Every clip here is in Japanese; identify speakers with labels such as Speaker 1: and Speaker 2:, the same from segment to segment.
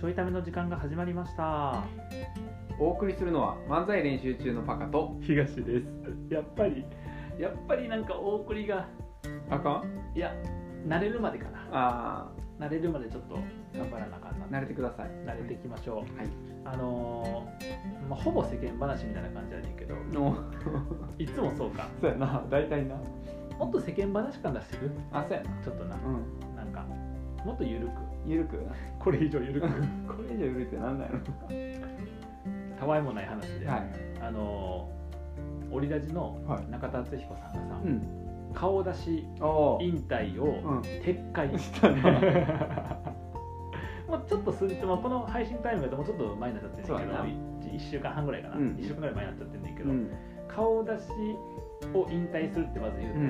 Speaker 1: 炒めの時間が始まりました
Speaker 2: お送りするのは漫才練習中のパカと
Speaker 1: 東ですやっぱりやっぱりなんかお送りが
Speaker 2: あかん
Speaker 1: いや慣れるまでかな
Speaker 2: あ
Speaker 1: 慣れるまでちょっと頑張らなあかんな
Speaker 2: ー慣れてください
Speaker 1: 慣れていきましょう、
Speaker 2: はい
Speaker 1: あのーまあ、ほぼ世間話みたいな感じやねんけど
Speaker 2: の
Speaker 1: いつもそうか
Speaker 2: そうやな大体な
Speaker 1: もっと世間話感出してく
Speaker 2: あそうやな
Speaker 1: ちょっとな
Speaker 2: うん
Speaker 1: なんかもっとゆるく
Speaker 2: ゆる くな
Speaker 1: これ以上ゆるく
Speaker 2: これ以上ゆるってなんだよ
Speaker 1: たわいもない話で、
Speaker 2: はい
Speaker 1: あのーオリラジの
Speaker 2: は
Speaker 1: 中田敦彦さんがさ、
Speaker 2: うん
Speaker 1: 顔出し
Speaker 2: ああ
Speaker 1: 引退を
Speaker 2: うん
Speaker 1: 撤回、
Speaker 2: したね
Speaker 1: もうちょっと数日、 まあ、この配信タイムがもうちょっと前になっちゃってるんだけど
Speaker 2: そうだな
Speaker 1: 1, 週間半ぐらいかな、
Speaker 2: うん
Speaker 1: 1週間ぐらい前になっちゃってるんだけ
Speaker 2: う
Speaker 1: ど、
Speaker 2: ん
Speaker 1: 顔出しを引退するってまず言う
Speaker 2: う
Speaker 1: と、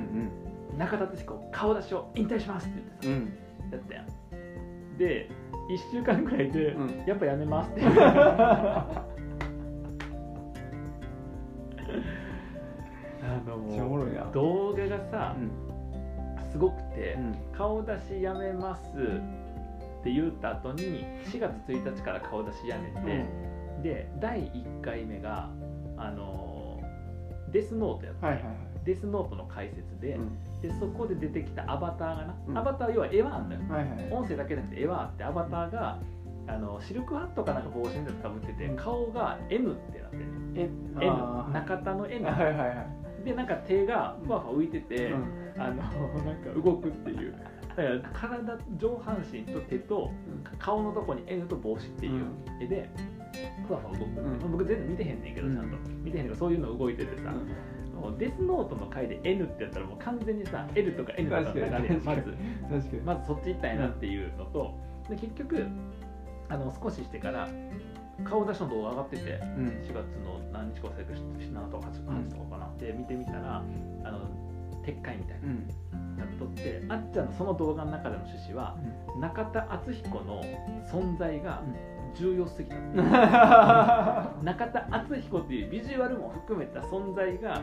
Speaker 2: ん
Speaker 1: 中田敦彦顔出しを引退しますって言って
Speaker 2: う
Speaker 1: さ、
Speaker 2: ん
Speaker 1: やったやんで1週間ぐらいで、
Speaker 2: うん
Speaker 1: やっぱやめます って言ってあの
Speaker 2: めっちゃお
Speaker 1: も
Speaker 2: も
Speaker 1: う
Speaker 2: ろいな
Speaker 1: 動画がさ
Speaker 2: う、ん
Speaker 1: すごくて、
Speaker 2: うん
Speaker 1: 顔出しやめますって言った後に4月1日から顔出しやめ
Speaker 2: う
Speaker 1: て、
Speaker 2: ん
Speaker 1: で第1回目があのーデスノートやった、
Speaker 2: はいはいは
Speaker 1: デスノートの解説で,、
Speaker 2: いうん
Speaker 1: でそこで出てきたアバターがな、
Speaker 2: うん
Speaker 1: アバターは要は絵はあんのよ
Speaker 2: はいはい
Speaker 1: 音声だけじゃなくて絵はあってアバターがあのシルクハットかなんか帽子みたいなのかぶってて
Speaker 2: うん
Speaker 1: 顔が N ってなってるね
Speaker 2: え
Speaker 1: N
Speaker 2: あー
Speaker 1: 中田の N
Speaker 2: はいはいはい
Speaker 1: でなんか手がふわふわ浮いてて、
Speaker 2: うん
Speaker 1: あのなんか動くっていうだから体上半身と手と顔のとこに N と帽子っていう絵でふわふわ動くっていう、
Speaker 2: うん
Speaker 1: 僕全然見てへんねんけどちゃんと、見てへんけどそういうの動いててさ、もうデスノートの回で N ってやったらもう完全にさ L とか N とかの流れやん
Speaker 2: 確
Speaker 1: ま
Speaker 2: かに
Speaker 1: ず
Speaker 2: 確かに
Speaker 1: まずそっち行ったんやなっていうのと、で結局あの少ししてから顔出しの動画上がってて
Speaker 2: うん
Speaker 1: 4月の何日か忘れてる7とか8とか
Speaker 2: うん
Speaker 1: 8とかかな、で見てみたらあの撤回みたい
Speaker 2: うん
Speaker 1: なやっとってあっちゃんのその動画の中での趣旨は中田敦彦の存在が重要すぎた、中田敦彦っていうビジュアルも含めた存在が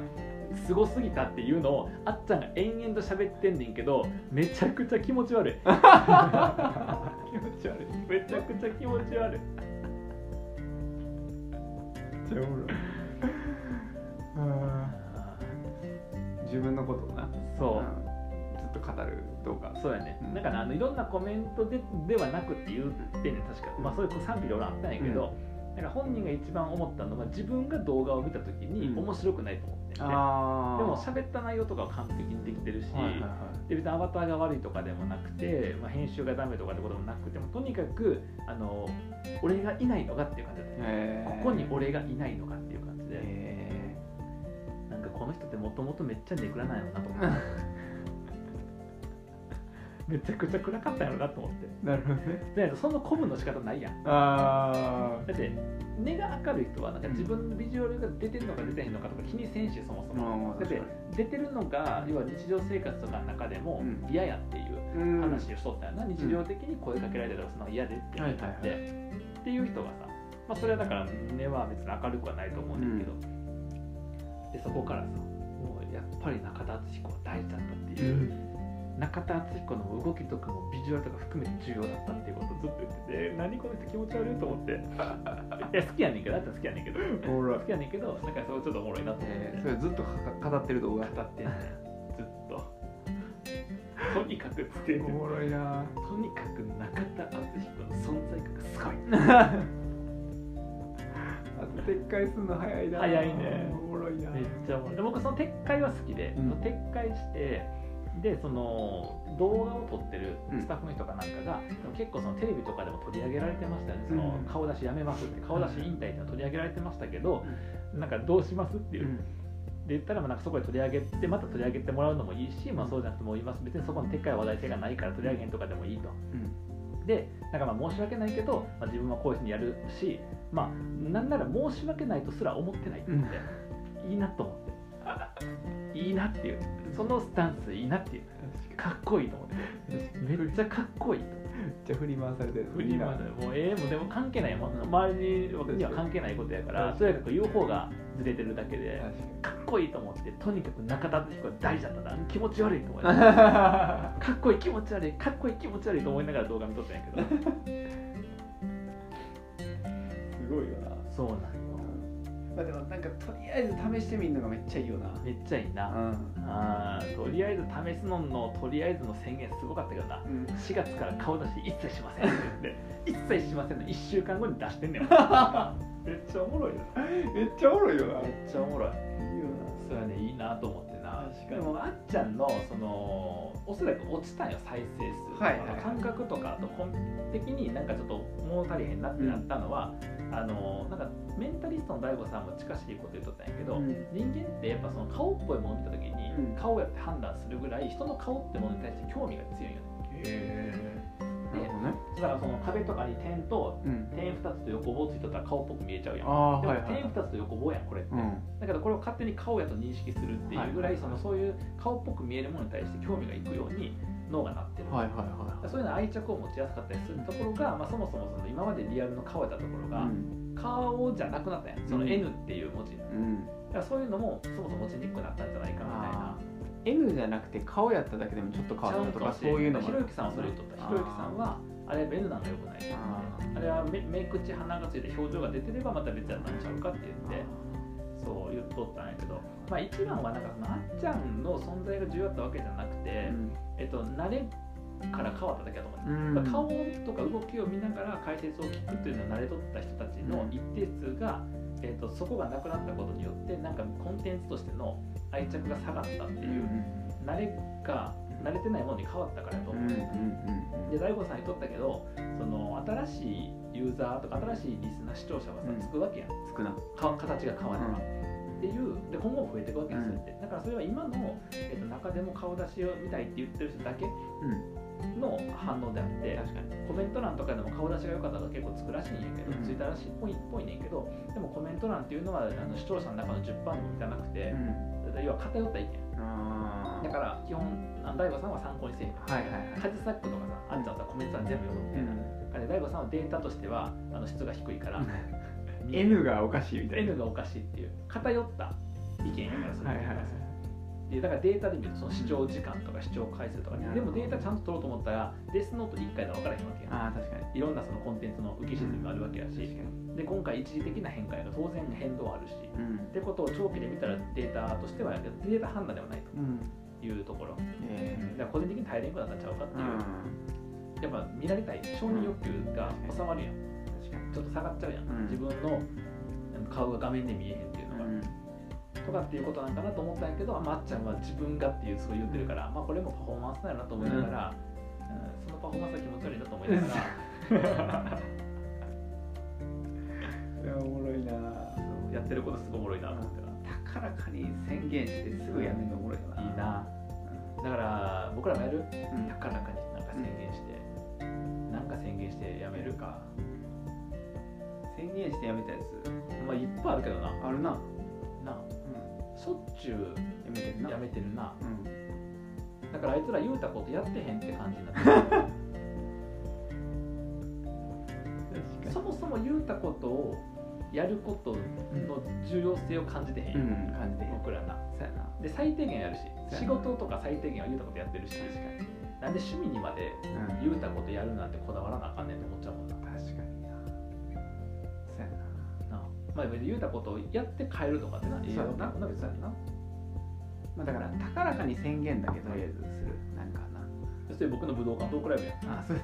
Speaker 1: すごすぎたっていうのをあっちゃんが延々と喋ってんねんけどめちゃくちゃ気持ち悪い
Speaker 2: 気持ち悪い
Speaker 1: めちゃくちゃ気持ち悪い
Speaker 2: めっちゃおもろいあー自分のことをな
Speaker 1: そう、
Speaker 2: うんずっと語る動画
Speaker 1: そうやね、
Speaker 2: うん
Speaker 1: だからあのいろんなコメントでではなくって言ってんねん確か、まあ、そういう賛否で俺あったんやけど、なんか本人が一番思ったのは自分が動画を見た時に
Speaker 2: うん
Speaker 1: 面白くないと思ってんね、
Speaker 2: あ
Speaker 1: でも喋った内容とかは完璧にできてるし、
Speaker 2: はいはいは
Speaker 1: で別にアバターが悪いとかでもなくて、まあ、編集がダメとかってこともなくてもとにかくあの俺がいないのがっていう感じだっ
Speaker 2: い
Speaker 1: た、
Speaker 2: へー
Speaker 1: ここに俺がいないのかっていう感じで、
Speaker 2: へ
Speaker 1: なんかこの人ってもともとめっちゃネクラなんやろなと思って めちゃくちゃ暗かったんやろなと思って
Speaker 2: ーなるほどね
Speaker 1: だけどその鼓舞の仕方ないやん
Speaker 2: あ
Speaker 1: だって根が明るい人はなんか自分のビジュアルが出てるのか出てへんのかとか気にせんしそもそ
Speaker 2: あ
Speaker 1: も、
Speaker 2: もう
Speaker 1: だって出てるのが要は日常生活とかの中でも
Speaker 2: うん
Speaker 1: 嫌やっていう
Speaker 2: うん
Speaker 1: 話をしとったよな、日常的に声かけられたりとかするのが嫌でってなっちゃって、
Speaker 2: はい
Speaker 1: っていう人がさ、まあ、それはだから根は別に明るくはないと思うんだけど、でそこからさもうやっぱり中田敦彦は大事だったって
Speaker 2: う
Speaker 1: いう、
Speaker 2: ん
Speaker 1: 中田敦彦の動きとかもビジュアルとか含めて重要だったっていうことをずっと言ってて何この人気持ち悪いと 思っていや好きやねんけどあったら好きやねんけど
Speaker 2: おもろい
Speaker 1: 好きやねんけどなんかそれちょっとおもろいなと思って、
Speaker 2: えーそれずっとか語ってる動画
Speaker 1: 語ってんねんずっととにかくつけて
Speaker 2: おもろいな
Speaker 1: とにかく中田敦彦の存在感がすごい
Speaker 2: あと撤回するの早いな
Speaker 1: 早いね
Speaker 2: おもろいな
Speaker 1: めっちゃおもろいで僕その撤回は好きで、
Speaker 2: うん
Speaker 1: その撤回してでその動画を撮ってる
Speaker 2: うん
Speaker 1: スタッフの人かなんかが、でも結構そのテレビとかでも取り上げられてましたよねその
Speaker 2: うん
Speaker 1: 顔出しやめますって顔出し引退ってのは取り上げられてましたけど、なんかどうしますっていう、
Speaker 2: うん
Speaker 1: で言ったらまあなんかそこで取り上げてまた取り上げてもらうのもいいし、まあ、そうじゃなくてもう今別にそこの撤回は話題性がないから取り上げんとかでもいいと。でなんかまあ申し訳ないけど、まあ、自分はこういうふうにやるし、まあなんなら申し訳ないとすら思ってないって言って、いいなと思っていいなっていうそのスタンスいいなっていう
Speaker 2: 確か
Speaker 1: かっこいいと思って
Speaker 2: に確かに
Speaker 1: めっちゃかっこいいと
Speaker 2: めっちゃ振り回されてる
Speaker 1: 振り回されもうええもうでも関係ないもん周りには関係ないことやからとにかく言う方がずれてるだけで
Speaker 2: 確か
Speaker 1: かっこいいと思ってとにかく中田敦彦は大事だったな気持ち悪いと思いながら
Speaker 2: に
Speaker 1: かっこいい気持ち悪いかっこいい気持ち悪いと思いながら動画見とったんやけど
Speaker 2: ごいよな
Speaker 1: そうなんよ
Speaker 2: まあでもなんかとりあえず試してみるのがめっちゃいいよな
Speaker 1: めっちゃいいな、あーとりあえず試すののとりあえずの宣言すごかったけどな
Speaker 2: うん、
Speaker 1: 4月から顔出して一切しませんって言って一切しませんの1週間後に出してんねん めっちゃおもろいよ
Speaker 2: めっちゃおもろいよな
Speaker 1: ないっちゃおもろい
Speaker 2: いよ
Speaker 1: それはねいいなと思ってな
Speaker 2: 確
Speaker 1: で
Speaker 2: かに
Speaker 1: もあっちゃんのそのおそらく落ちたんよ再生数、
Speaker 2: はいはいはい
Speaker 1: 感覚とかあと本的になんかちょっと物足りへんなってなったのは、あのなんかメンタリストの DAIGO さんも近しいこと言っとったんやけど、
Speaker 2: な
Speaker 1: 人間ってやっぱその顔っぽいものを見た時に
Speaker 2: うん
Speaker 1: 顔やって判断するぐらい人の顔ってものに対して興味が強いよね
Speaker 2: えなるほどね
Speaker 1: だからその壁とかに点と
Speaker 2: うん
Speaker 1: 点2つと横棒ついとったら顔っぽく見えちゃうやん
Speaker 2: ああ
Speaker 1: でも
Speaker 2: はいはい
Speaker 1: 点2つと横棒やんこれって、
Speaker 2: うん
Speaker 1: だけどこれを勝手に顔やと認識するっていうぐら
Speaker 2: はいはいはい
Speaker 1: いそのそういう顔っぽく見えるものに対して興味がいくように脳がなってる、
Speaker 2: はいはいは
Speaker 1: そういうの愛着を持ちやすかったりするところが、まあ、そもそもその今までリアルの顔やったところ
Speaker 2: い
Speaker 1: が、
Speaker 2: うん
Speaker 1: 顔じゃなくなったやんその
Speaker 2: うん
Speaker 1: N っていう文字、だ
Speaker 2: うん
Speaker 1: からそういうのもそもそも持ちにくくなったんじゃないかみたいな
Speaker 2: あー N じゃなくて顔やっただけでもちょっと変わったとかそういうのも
Speaker 1: ひろゆきさんはそれ言っとったひろゆきさんはあれはベルなのよくないって言ってあれは目目口鼻がついて表情が出てればまた別やったんちゃうかって言ってそう言っとったんやけど、まあ、一番はなんかそのあっちゃんの存在が重要だったわけじゃなくて、えっと、慣れから変わっただけだと思う
Speaker 2: うん
Speaker 1: だから顔とか動きを見ながら解説を聞くっていうのは慣れとった人たちの一定数が、えっと、そこがなくなったことによってなんかコンテンツとしての愛着が下がったって
Speaker 2: う
Speaker 1: い
Speaker 2: ん
Speaker 1: う慣れが慣れてないものに変わったからやと
Speaker 2: うんう
Speaker 1: 思
Speaker 2: ん
Speaker 1: う、
Speaker 2: うん
Speaker 1: で大悟さんにとったけどその新しいユーザーとか新しいリスナー視聴者がさ、
Speaker 2: うん
Speaker 1: つくわけやん
Speaker 2: 少な
Speaker 1: か形が変われば、
Speaker 2: うん
Speaker 1: っていうで今後増えていくわけですよって、だからそれは今の、えっと中でも顔出しを見たいって言ってる人だけ
Speaker 2: うん
Speaker 1: の反応であって
Speaker 2: 確かに
Speaker 1: コメント欄とかでも顔出しが良かったと結構つくらしいんやけど、
Speaker 2: うん
Speaker 1: ついたらしいっぽいっぽいねんけどでもコメント欄っていうのはあの視聴者の中の10%も満たなくて
Speaker 2: う、ん
Speaker 1: 要は偏った意見
Speaker 2: あ
Speaker 1: だ
Speaker 2: ー
Speaker 1: から基本あの大悟さんは参考にせえへん
Speaker 2: はいはいはい
Speaker 1: カジサックとかさあっちゃんさコメント欄全部読むみたいな、あれ大悟さんはデータとしてはあの質が低いから、
Speaker 2: うん N がおかしいみたいな
Speaker 1: N がおかしいっていう偏った意見やからそれ
Speaker 2: はいはいはい
Speaker 1: でだからデータで見るとその視聴時間とか視聴回数とかね、
Speaker 2: うん
Speaker 1: でもデータちゃんと取ろうと思ったらデスノート1回では分からへんわけや
Speaker 2: ああ確かに
Speaker 1: いろんなそのコンテンツの浮き沈みもあるわけやし、
Speaker 2: 確かに
Speaker 1: で今回一時的な変化やから当然変動はあるしっ
Speaker 2: うん
Speaker 1: てことを長期で見たらデータとしてはデータ判断ではない
Speaker 2: うん
Speaker 1: というところだ
Speaker 2: えー
Speaker 1: から個人的に耐えれんくなったんちゃうかっていう、
Speaker 2: うん
Speaker 1: やっぱ見られたい承認欲求が収まるやん
Speaker 2: 確かに
Speaker 1: ちょっと下がっちゃうやん、
Speaker 2: うん
Speaker 1: 自分の顔が画面で見えへんっていうのが、とかっていうことなんかなと思ったんやけどあまっちゃんは自分がっていうそう言ってるから、まあ、これもパフォーマンスなんやなと思いながら、うんそのパフォーマンスは気持ち悪いなと思いながら
Speaker 2: いやおもろいな
Speaker 1: やってることすごいおもろいなと思ってな
Speaker 2: 高らかに宣言してすぐやめるのおもろいよない
Speaker 1: いなだから僕らもやる高らかになんか宣言して、なんか宣言してやめるか
Speaker 2: 宣言してやめたやつ
Speaker 1: まあいっぱいあるけどな
Speaker 2: あるな
Speaker 1: なしょっちゅう
Speaker 2: やめてるな
Speaker 1: やめてるな
Speaker 2: うん
Speaker 1: だからあいつら言うたことやってへんって感じになってる そもそも言うたことをやることの重要性を感じてへんや、
Speaker 2: うんん感じで
Speaker 1: 僕らな
Speaker 2: そうやな
Speaker 1: で最低限やるし
Speaker 2: そうやな
Speaker 1: 仕事とか最低限は言うたことやってるし
Speaker 2: 確かに
Speaker 1: なんで趣味にまで言うたことやるなんてこだわらなあかんねんと思っちゃうもんな
Speaker 2: 確かになそうやな
Speaker 1: なあまあ別に言うたことをやって変えるとかってな
Speaker 2: そうやな
Speaker 1: なな別にな
Speaker 2: まあだから高らかに宣言だけとりあえずするなんかな
Speaker 1: そして僕の武道館トークライブ
Speaker 2: あそうや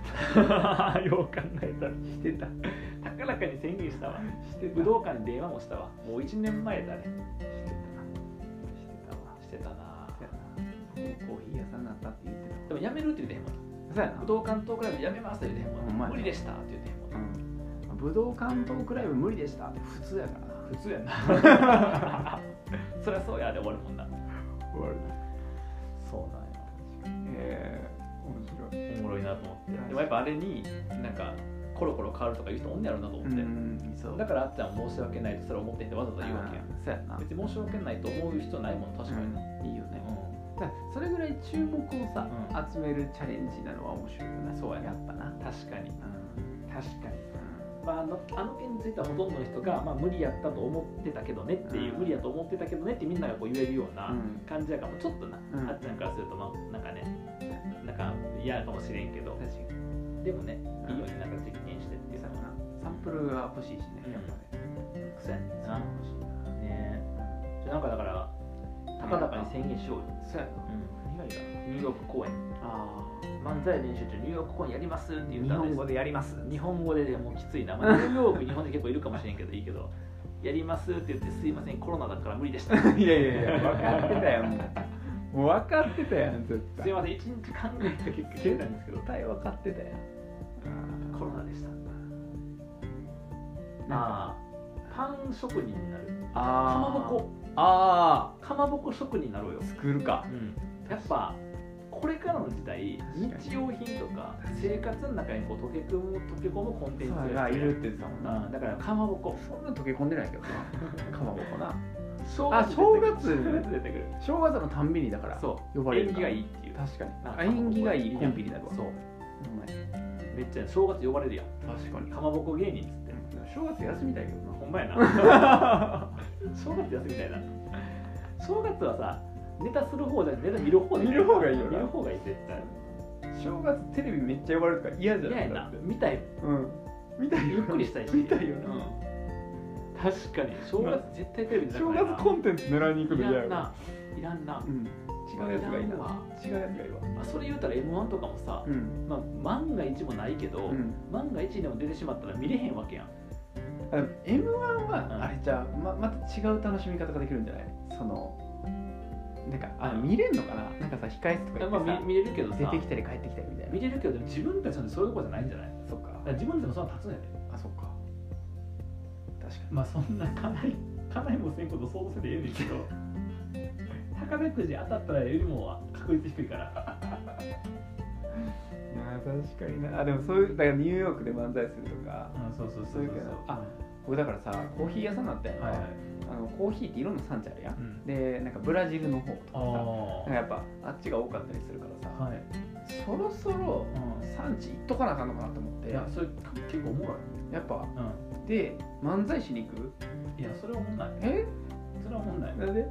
Speaker 1: やん よう考えたら
Speaker 2: してた
Speaker 1: 高らかに宣言したわ
Speaker 2: して
Speaker 1: 武道館に電話もしたわもう1年前だね
Speaker 2: してたしてたわ
Speaker 1: してたな
Speaker 2: そうやなコーヒー屋さんになったって言ってたわ
Speaker 1: でもやめるって言ってへんもん
Speaker 2: そうやな
Speaker 1: 武道館トークライブやめますって言ってへん
Speaker 2: ほん
Speaker 1: も
Speaker 2: ま
Speaker 1: ん
Speaker 2: やね
Speaker 1: 無理でしたって言ってへんも ん
Speaker 2: うん武道館トークライブ無理でしたって普通やからな
Speaker 1: 普通やなそりゃそうやで終わるもんな
Speaker 2: 終わる
Speaker 1: そうなんや
Speaker 2: えー、面白い
Speaker 1: おもろいなと思ってでもやっぱあれになんかコロコロ変わるとかいう人おんねやろうなと思って、
Speaker 2: んそう
Speaker 1: だからあっちゃんは申し訳ないとそれ思ってへんってわざと言うわけやん
Speaker 2: そうやな
Speaker 1: 別に申し訳ないと思う人ないもん確かにな、
Speaker 2: うんいいよねだからそれぐらい注目をさ、集めるチャレンジなのは面白いよなそうややっぱな
Speaker 1: うん確かに
Speaker 2: うん
Speaker 1: 確かにまあ、あのあの件についてはほとんどの人が、まあ、無理やったと思ってたけどねっていう、
Speaker 2: うん
Speaker 1: 無理やと思ってたけどねってみんながこう言えるような
Speaker 2: うん
Speaker 1: 感じやからもうちょっとな、
Speaker 2: うん
Speaker 1: あっちゃんからすると、まあ、なんかねなんか嫌かもしれんけど
Speaker 2: 確かに
Speaker 1: でもね
Speaker 2: ん
Speaker 1: いいようになんか実験してっていうさ
Speaker 2: そうやなサンプルは欲しいしね、やっぱね。
Speaker 1: そうやねん
Speaker 2: サ
Speaker 1: な
Speaker 2: ンプル欲しいな。
Speaker 1: ねえじゃあなんかだから高々に宣言しようよ、
Speaker 2: そうやな。
Speaker 1: うん、何がいいかなニューヨーク公演
Speaker 2: あ
Speaker 1: 漫才練習中ニューヨーク公演やりますって
Speaker 2: あ。
Speaker 1: いう歌です
Speaker 2: でやります。
Speaker 1: 日本語ででもきついな、 まあ、ニューヨーク日本で結構いるかもしれんけどいいけどやりますって言ってすいませんコロナだから無理でしたす
Speaker 2: いやいやいや、分かってたよ、もう。もう分かってたやん、絶対。
Speaker 1: いません一日考えた結果消えたんですけど
Speaker 2: 絶対分かってたやん。
Speaker 1: コロナでした
Speaker 2: あ
Speaker 1: ああパン職人になる
Speaker 2: あ。
Speaker 1: かま
Speaker 2: あ
Speaker 1: ぼこ
Speaker 2: あ。あ
Speaker 1: かまぼこ職人になろうよ
Speaker 2: あ。、作るか。
Speaker 1: やっぱこれからの時代日用品とか生活の中にこう溶け込む溶け込むコンテンツ
Speaker 2: そうや
Speaker 1: が
Speaker 2: な、い
Speaker 1: 必要
Speaker 2: るって言ってたもんな。
Speaker 1: うんだからかまぼこ
Speaker 2: そんな溶け込んでないけどな。 かまぼこな。
Speaker 1: 正
Speaker 2: あ正月
Speaker 1: 正月出てくる
Speaker 2: 正月のたんびにだから。
Speaker 1: そ
Speaker 2: 呼ば
Speaker 1: う
Speaker 2: れる
Speaker 1: 縁起がいいっていう
Speaker 2: 確かに
Speaker 1: なんか
Speaker 2: あ縁起がいいコンビになるわ
Speaker 1: そう
Speaker 2: うまい
Speaker 1: めっちゃ正月呼ばれるやん
Speaker 2: 確かに
Speaker 1: かまぼこ芸人っつって
Speaker 2: 正月休みたいけど
Speaker 1: ほんまやな 正月休みたいな正月はさネタする方じゃなくてネタ見る方で
Speaker 2: 見る方がいいよな
Speaker 1: 見る方がいい絶対
Speaker 2: な正月テレビめっちゃ呼ばれるから嫌じゃ
Speaker 1: 嫌
Speaker 2: な
Speaker 1: や
Speaker 2: いだ
Speaker 1: な
Speaker 2: って
Speaker 1: 見たい
Speaker 2: うん見たいよな
Speaker 1: ゆっくりしたいし
Speaker 2: 見たいよな
Speaker 1: うん確かに正月絶対テレビで
Speaker 2: 正月コンテンツ狙いに行くの
Speaker 1: い
Speaker 2: 嫌
Speaker 1: ら
Speaker 2: や
Speaker 1: ん
Speaker 2: な
Speaker 1: ないらんな
Speaker 2: うん違うやつがいい
Speaker 1: いらん
Speaker 2: な
Speaker 1: わ
Speaker 2: 違うやつがいいわ
Speaker 1: あそれ言うたら m 1とかもさ、
Speaker 2: うん
Speaker 1: まあ、万が一もないけど、
Speaker 2: うん
Speaker 1: 万が一でも出てしまったら見れへんわけやん
Speaker 2: あでも M1
Speaker 1: うん
Speaker 2: はあれじゃあままた違う楽しみ方ができるんじゃないそのなんかあ見れんのかななんかさ控え室とか
Speaker 1: まあ、
Speaker 2: 行
Speaker 1: 見
Speaker 2: って
Speaker 1: 見れるけどさ
Speaker 2: さ出てきたり帰ってきたりみたいな
Speaker 1: 見れるけどでも自分たちのそういうとこじゃないんじゃないだ
Speaker 2: そっか
Speaker 1: から自分たちもそんな立つんやで
Speaker 2: あそっか確かに
Speaker 1: まあそんなかないかないもせんこと想像せてええねんけど宝くじ当たったらよりもは確率低いから
Speaker 2: いやー確かになあでもそういうだからニューヨークで漫才するとか
Speaker 1: うんそうそう
Speaker 2: そういうけどあ僕だからさコーヒー屋さんだったよ、
Speaker 1: はいはい
Speaker 2: あのコーヒーっていろんな産地あるやん
Speaker 1: うん
Speaker 2: でなんかブラジルの方
Speaker 1: あ
Speaker 2: とかさなんかやっぱあっちが多かったりするから
Speaker 1: あ
Speaker 2: さ
Speaker 1: はい
Speaker 2: そろそろ
Speaker 1: う
Speaker 2: 産地行っとかなあかんのかなと思っ
Speaker 1: い
Speaker 2: てや
Speaker 1: やそれ結構おもろい
Speaker 2: っぱ
Speaker 1: う
Speaker 2: で漫才しに行く
Speaker 1: んいやそれはおもんない
Speaker 2: え
Speaker 1: それはおもんない
Speaker 2: なんで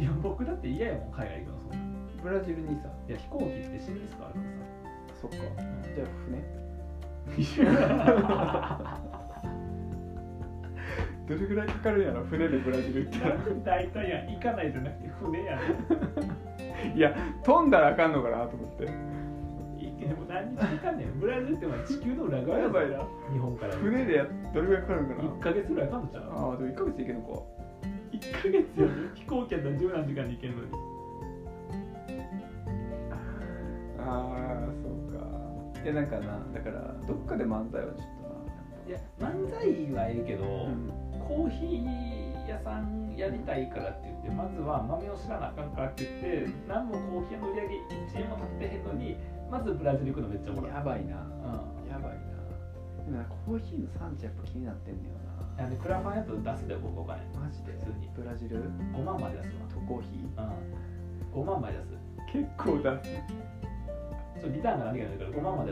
Speaker 1: いや僕だって嫌やもん海外行くのそんな
Speaker 2: ブラジルにさ
Speaker 1: いや飛行機って死ぬリスクあるからさ
Speaker 2: そっかじゃあ船どれぐらいかかるんやろ船でブラジル行ったら
Speaker 1: 大体や行かないじゃなくて船や
Speaker 2: いや 飛んだらあかんのかなと思って
Speaker 1: いけでも何日かかんねんブラジルってお前地球の裏側や
Speaker 2: や
Speaker 1: ぞ
Speaker 2: ばいな
Speaker 1: 日本から
Speaker 2: 船でやどれぐらいかかるんかな
Speaker 1: 1ヶ月ぐらいかかんのちゃう
Speaker 2: ああでも1ヶ月で行けるのか
Speaker 1: 1ヶ月より飛行機やったら十何時間で行けるのに
Speaker 2: ああそうかいやなんかなだからどっかで漫才はちょっ
Speaker 1: いや漫才はええけど、
Speaker 2: とな、うん、
Speaker 1: コーヒー屋さんやりたいからって言ってまずは豆を知らなあかんからって言って何もコーヒー屋の売り上げ1円も立ってへんのにまずブラジル行くのめっちゃおもろい
Speaker 2: やばいな
Speaker 1: うん
Speaker 2: やばいなでもなんかコーヒーの産地やっぱ気になってんだよ
Speaker 1: なんでクラファンやったら出すで僕お金
Speaker 2: なマジで
Speaker 1: 普通に
Speaker 2: ブラジル
Speaker 1: 5万まで出す
Speaker 2: とコーヒ
Speaker 1: わ、うん、5万まで出す
Speaker 2: ー結構だ
Speaker 1: ちょっとリターンが何がないから5万まで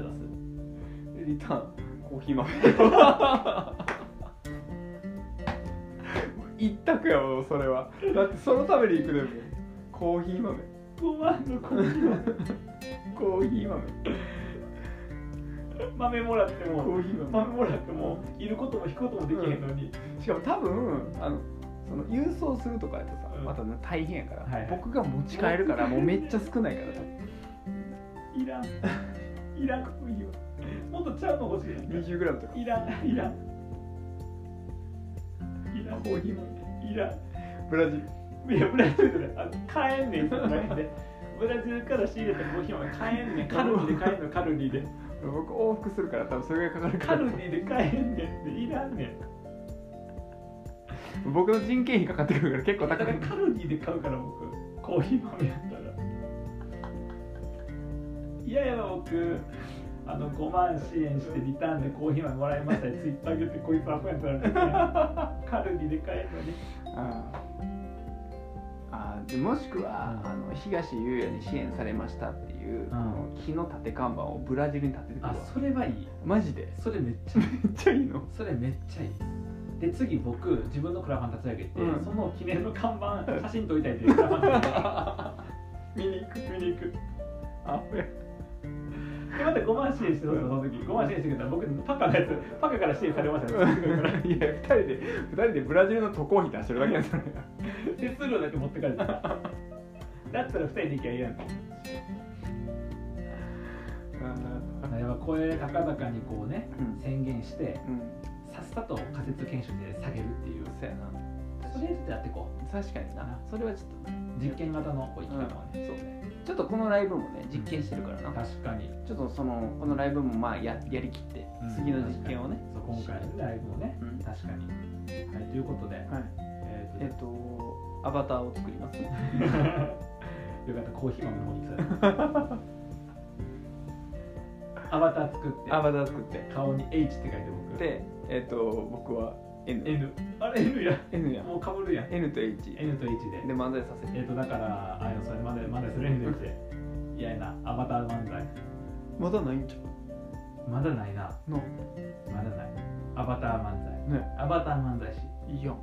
Speaker 1: 出す
Speaker 2: リターンコーヒー豆一択やもんそれはだってそのために行くでもコーヒー豆
Speaker 1: 5万のコーヒ ー
Speaker 2: コーヒー豆
Speaker 1: を豆もらって
Speaker 2: コ
Speaker 1: も
Speaker 2: ーヒー豆
Speaker 1: 豆もらってもいることも引くこともできへんのに、
Speaker 2: しかも多分あのその郵送するとかやとさ、
Speaker 1: うん
Speaker 2: またね大変やから、
Speaker 1: はいはい
Speaker 2: 僕が持ち帰るからもうめっちゃ少ない から
Speaker 1: いらんいらんコーヒーはもっとちゃうの欲しいやんか
Speaker 2: 20g とか
Speaker 1: いらんいらんいらん
Speaker 2: コーヒー
Speaker 1: いらん
Speaker 2: ブラジル
Speaker 1: いやブラジルであの買えんねんって言ってブラジルから仕入れたコーヒーは買えんねんカルディで買えんのカルディで
Speaker 2: 僕往復するから多分それぐらいかかるか
Speaker 1: カ
Speaker 2: ら
Speaker 1: ルディで買えんねんっていらんねん
Speaker 2: 僕の人件費かかってくるから結構
Speaker 1: だか
Speaker 2: 高
Speaker 1: ら
Speaker 2: い
Speaker 1: カルディで買うから僕コーヒー豆やったらいやいや僕あの5万支援してリターンでコーヒー豆もらいましたよツイッター上げてこいつアホやったら、カルディで買えんのに
Speaker 2: ああーでもしくは、
Speaker 1: うん
Speaker 2: あの東優也に支援されましたっていう、
Speaker 1: ん
Speaker 2: あの木の立て看板をブラジルに立ててくるわ
Speaker 1: れはいい
Speaker 2: マジで
Speaker 1: それめっちゃいい
Speaker 2: めっちゃいいの
Speaker 1: それめっちゃいいで次僕自分のクラファン立ち上げて、
Speaker 2: うん
Speaker 1: その記念の看板写真撮りたいっていうク ラファン立ち上げて見に行く見に行く
Speaker 2: あ
Speaker 1: でままた5万支援してたのその時5万支援してくれたら僕パカのやつパカから支援されましたねすごいから
Speaker 2: いや二人で二人でブラジルの渡航費出してるだけなんですよね
Speaker 1: 手数料だけ持ってかれただったら2人で行きゃいいやんあれはこれ高々にこうね
Speaker 2: うん
Speaker 1: 宣言して
Speaker 2: うん
Speaker 1: さっさと仮説研修で下げるっていう
Speaker 2: そうやな
Speaker 1: それちょっとやっていこ
Speaker 2: 確かになそれはちょっと
Speaker 1: う実験型のこう生き方はね、
Speaker 2: そうねちょっとこのライブもね実験してるからな
Speaker 1: 確かに
Speaker 2: ちょっとそのこのライブもまあややりきって
Speaker 1: うん
Speaker 2: 次の実験をね
Speaker 1: そう今回のライブをね
Speaker 2: うん
Speaker 1: 確かにはいということで、
Speaker 2: はい
Speaker 1: え
Speaker 2: え
Speaker 1: ー、
Speaker 2: っ
Speaker 1: と
Speaker 2: とアバターを作ります
Speaker 1: よかったコーヒー飲みの方に行きそうやアバター作って
Speaker 2: アバター作って
Speaker 1: 顔に H って書いて僕
Speaker 2: でえっと僕は N
Speaker 1: N あれ N や
Speaker 2: N や
Speaker 1: もうかぶるやん
Speaker 2: N と H
Speaker 1: N と H で
Speaker 2: で漫才させ
Speaker 1: え
Speaker 2: て
Speaker 1: っ、とだからあいやそれまでまだそれに出て嫌やなアバター漫才
Speaker 2: まだないんちゃ
Speaker 1: まだないな
Speaker 2: うの
Speaker 1: まだないアバター漫才
Speaker 2: ね
Speaker 1: アバター漫才師
Speaker 2: いいやん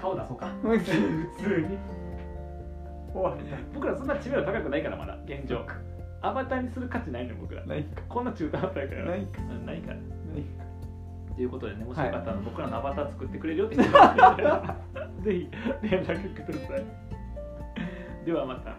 Speaker 1: 顔出そうか
Speaker 2: 終
Speaker 1: 普通に
Speaker 2: わ
Speaker 1: 僕らそんな知名度高くないからまだ現状アバターにする価値ないの僕ら
Speaker 2: りないか
Speaker 1: こんな中途半端やから
Speaker 2: ないか
Speaker 1: うんないから
Speaker 2: ないか
Speaker 1: ということでねもし
Speaker 2: はい
Speaker 1: よかったら僕らのアバター作ってくれるよって人 がいてぜひ連絡くださいではまた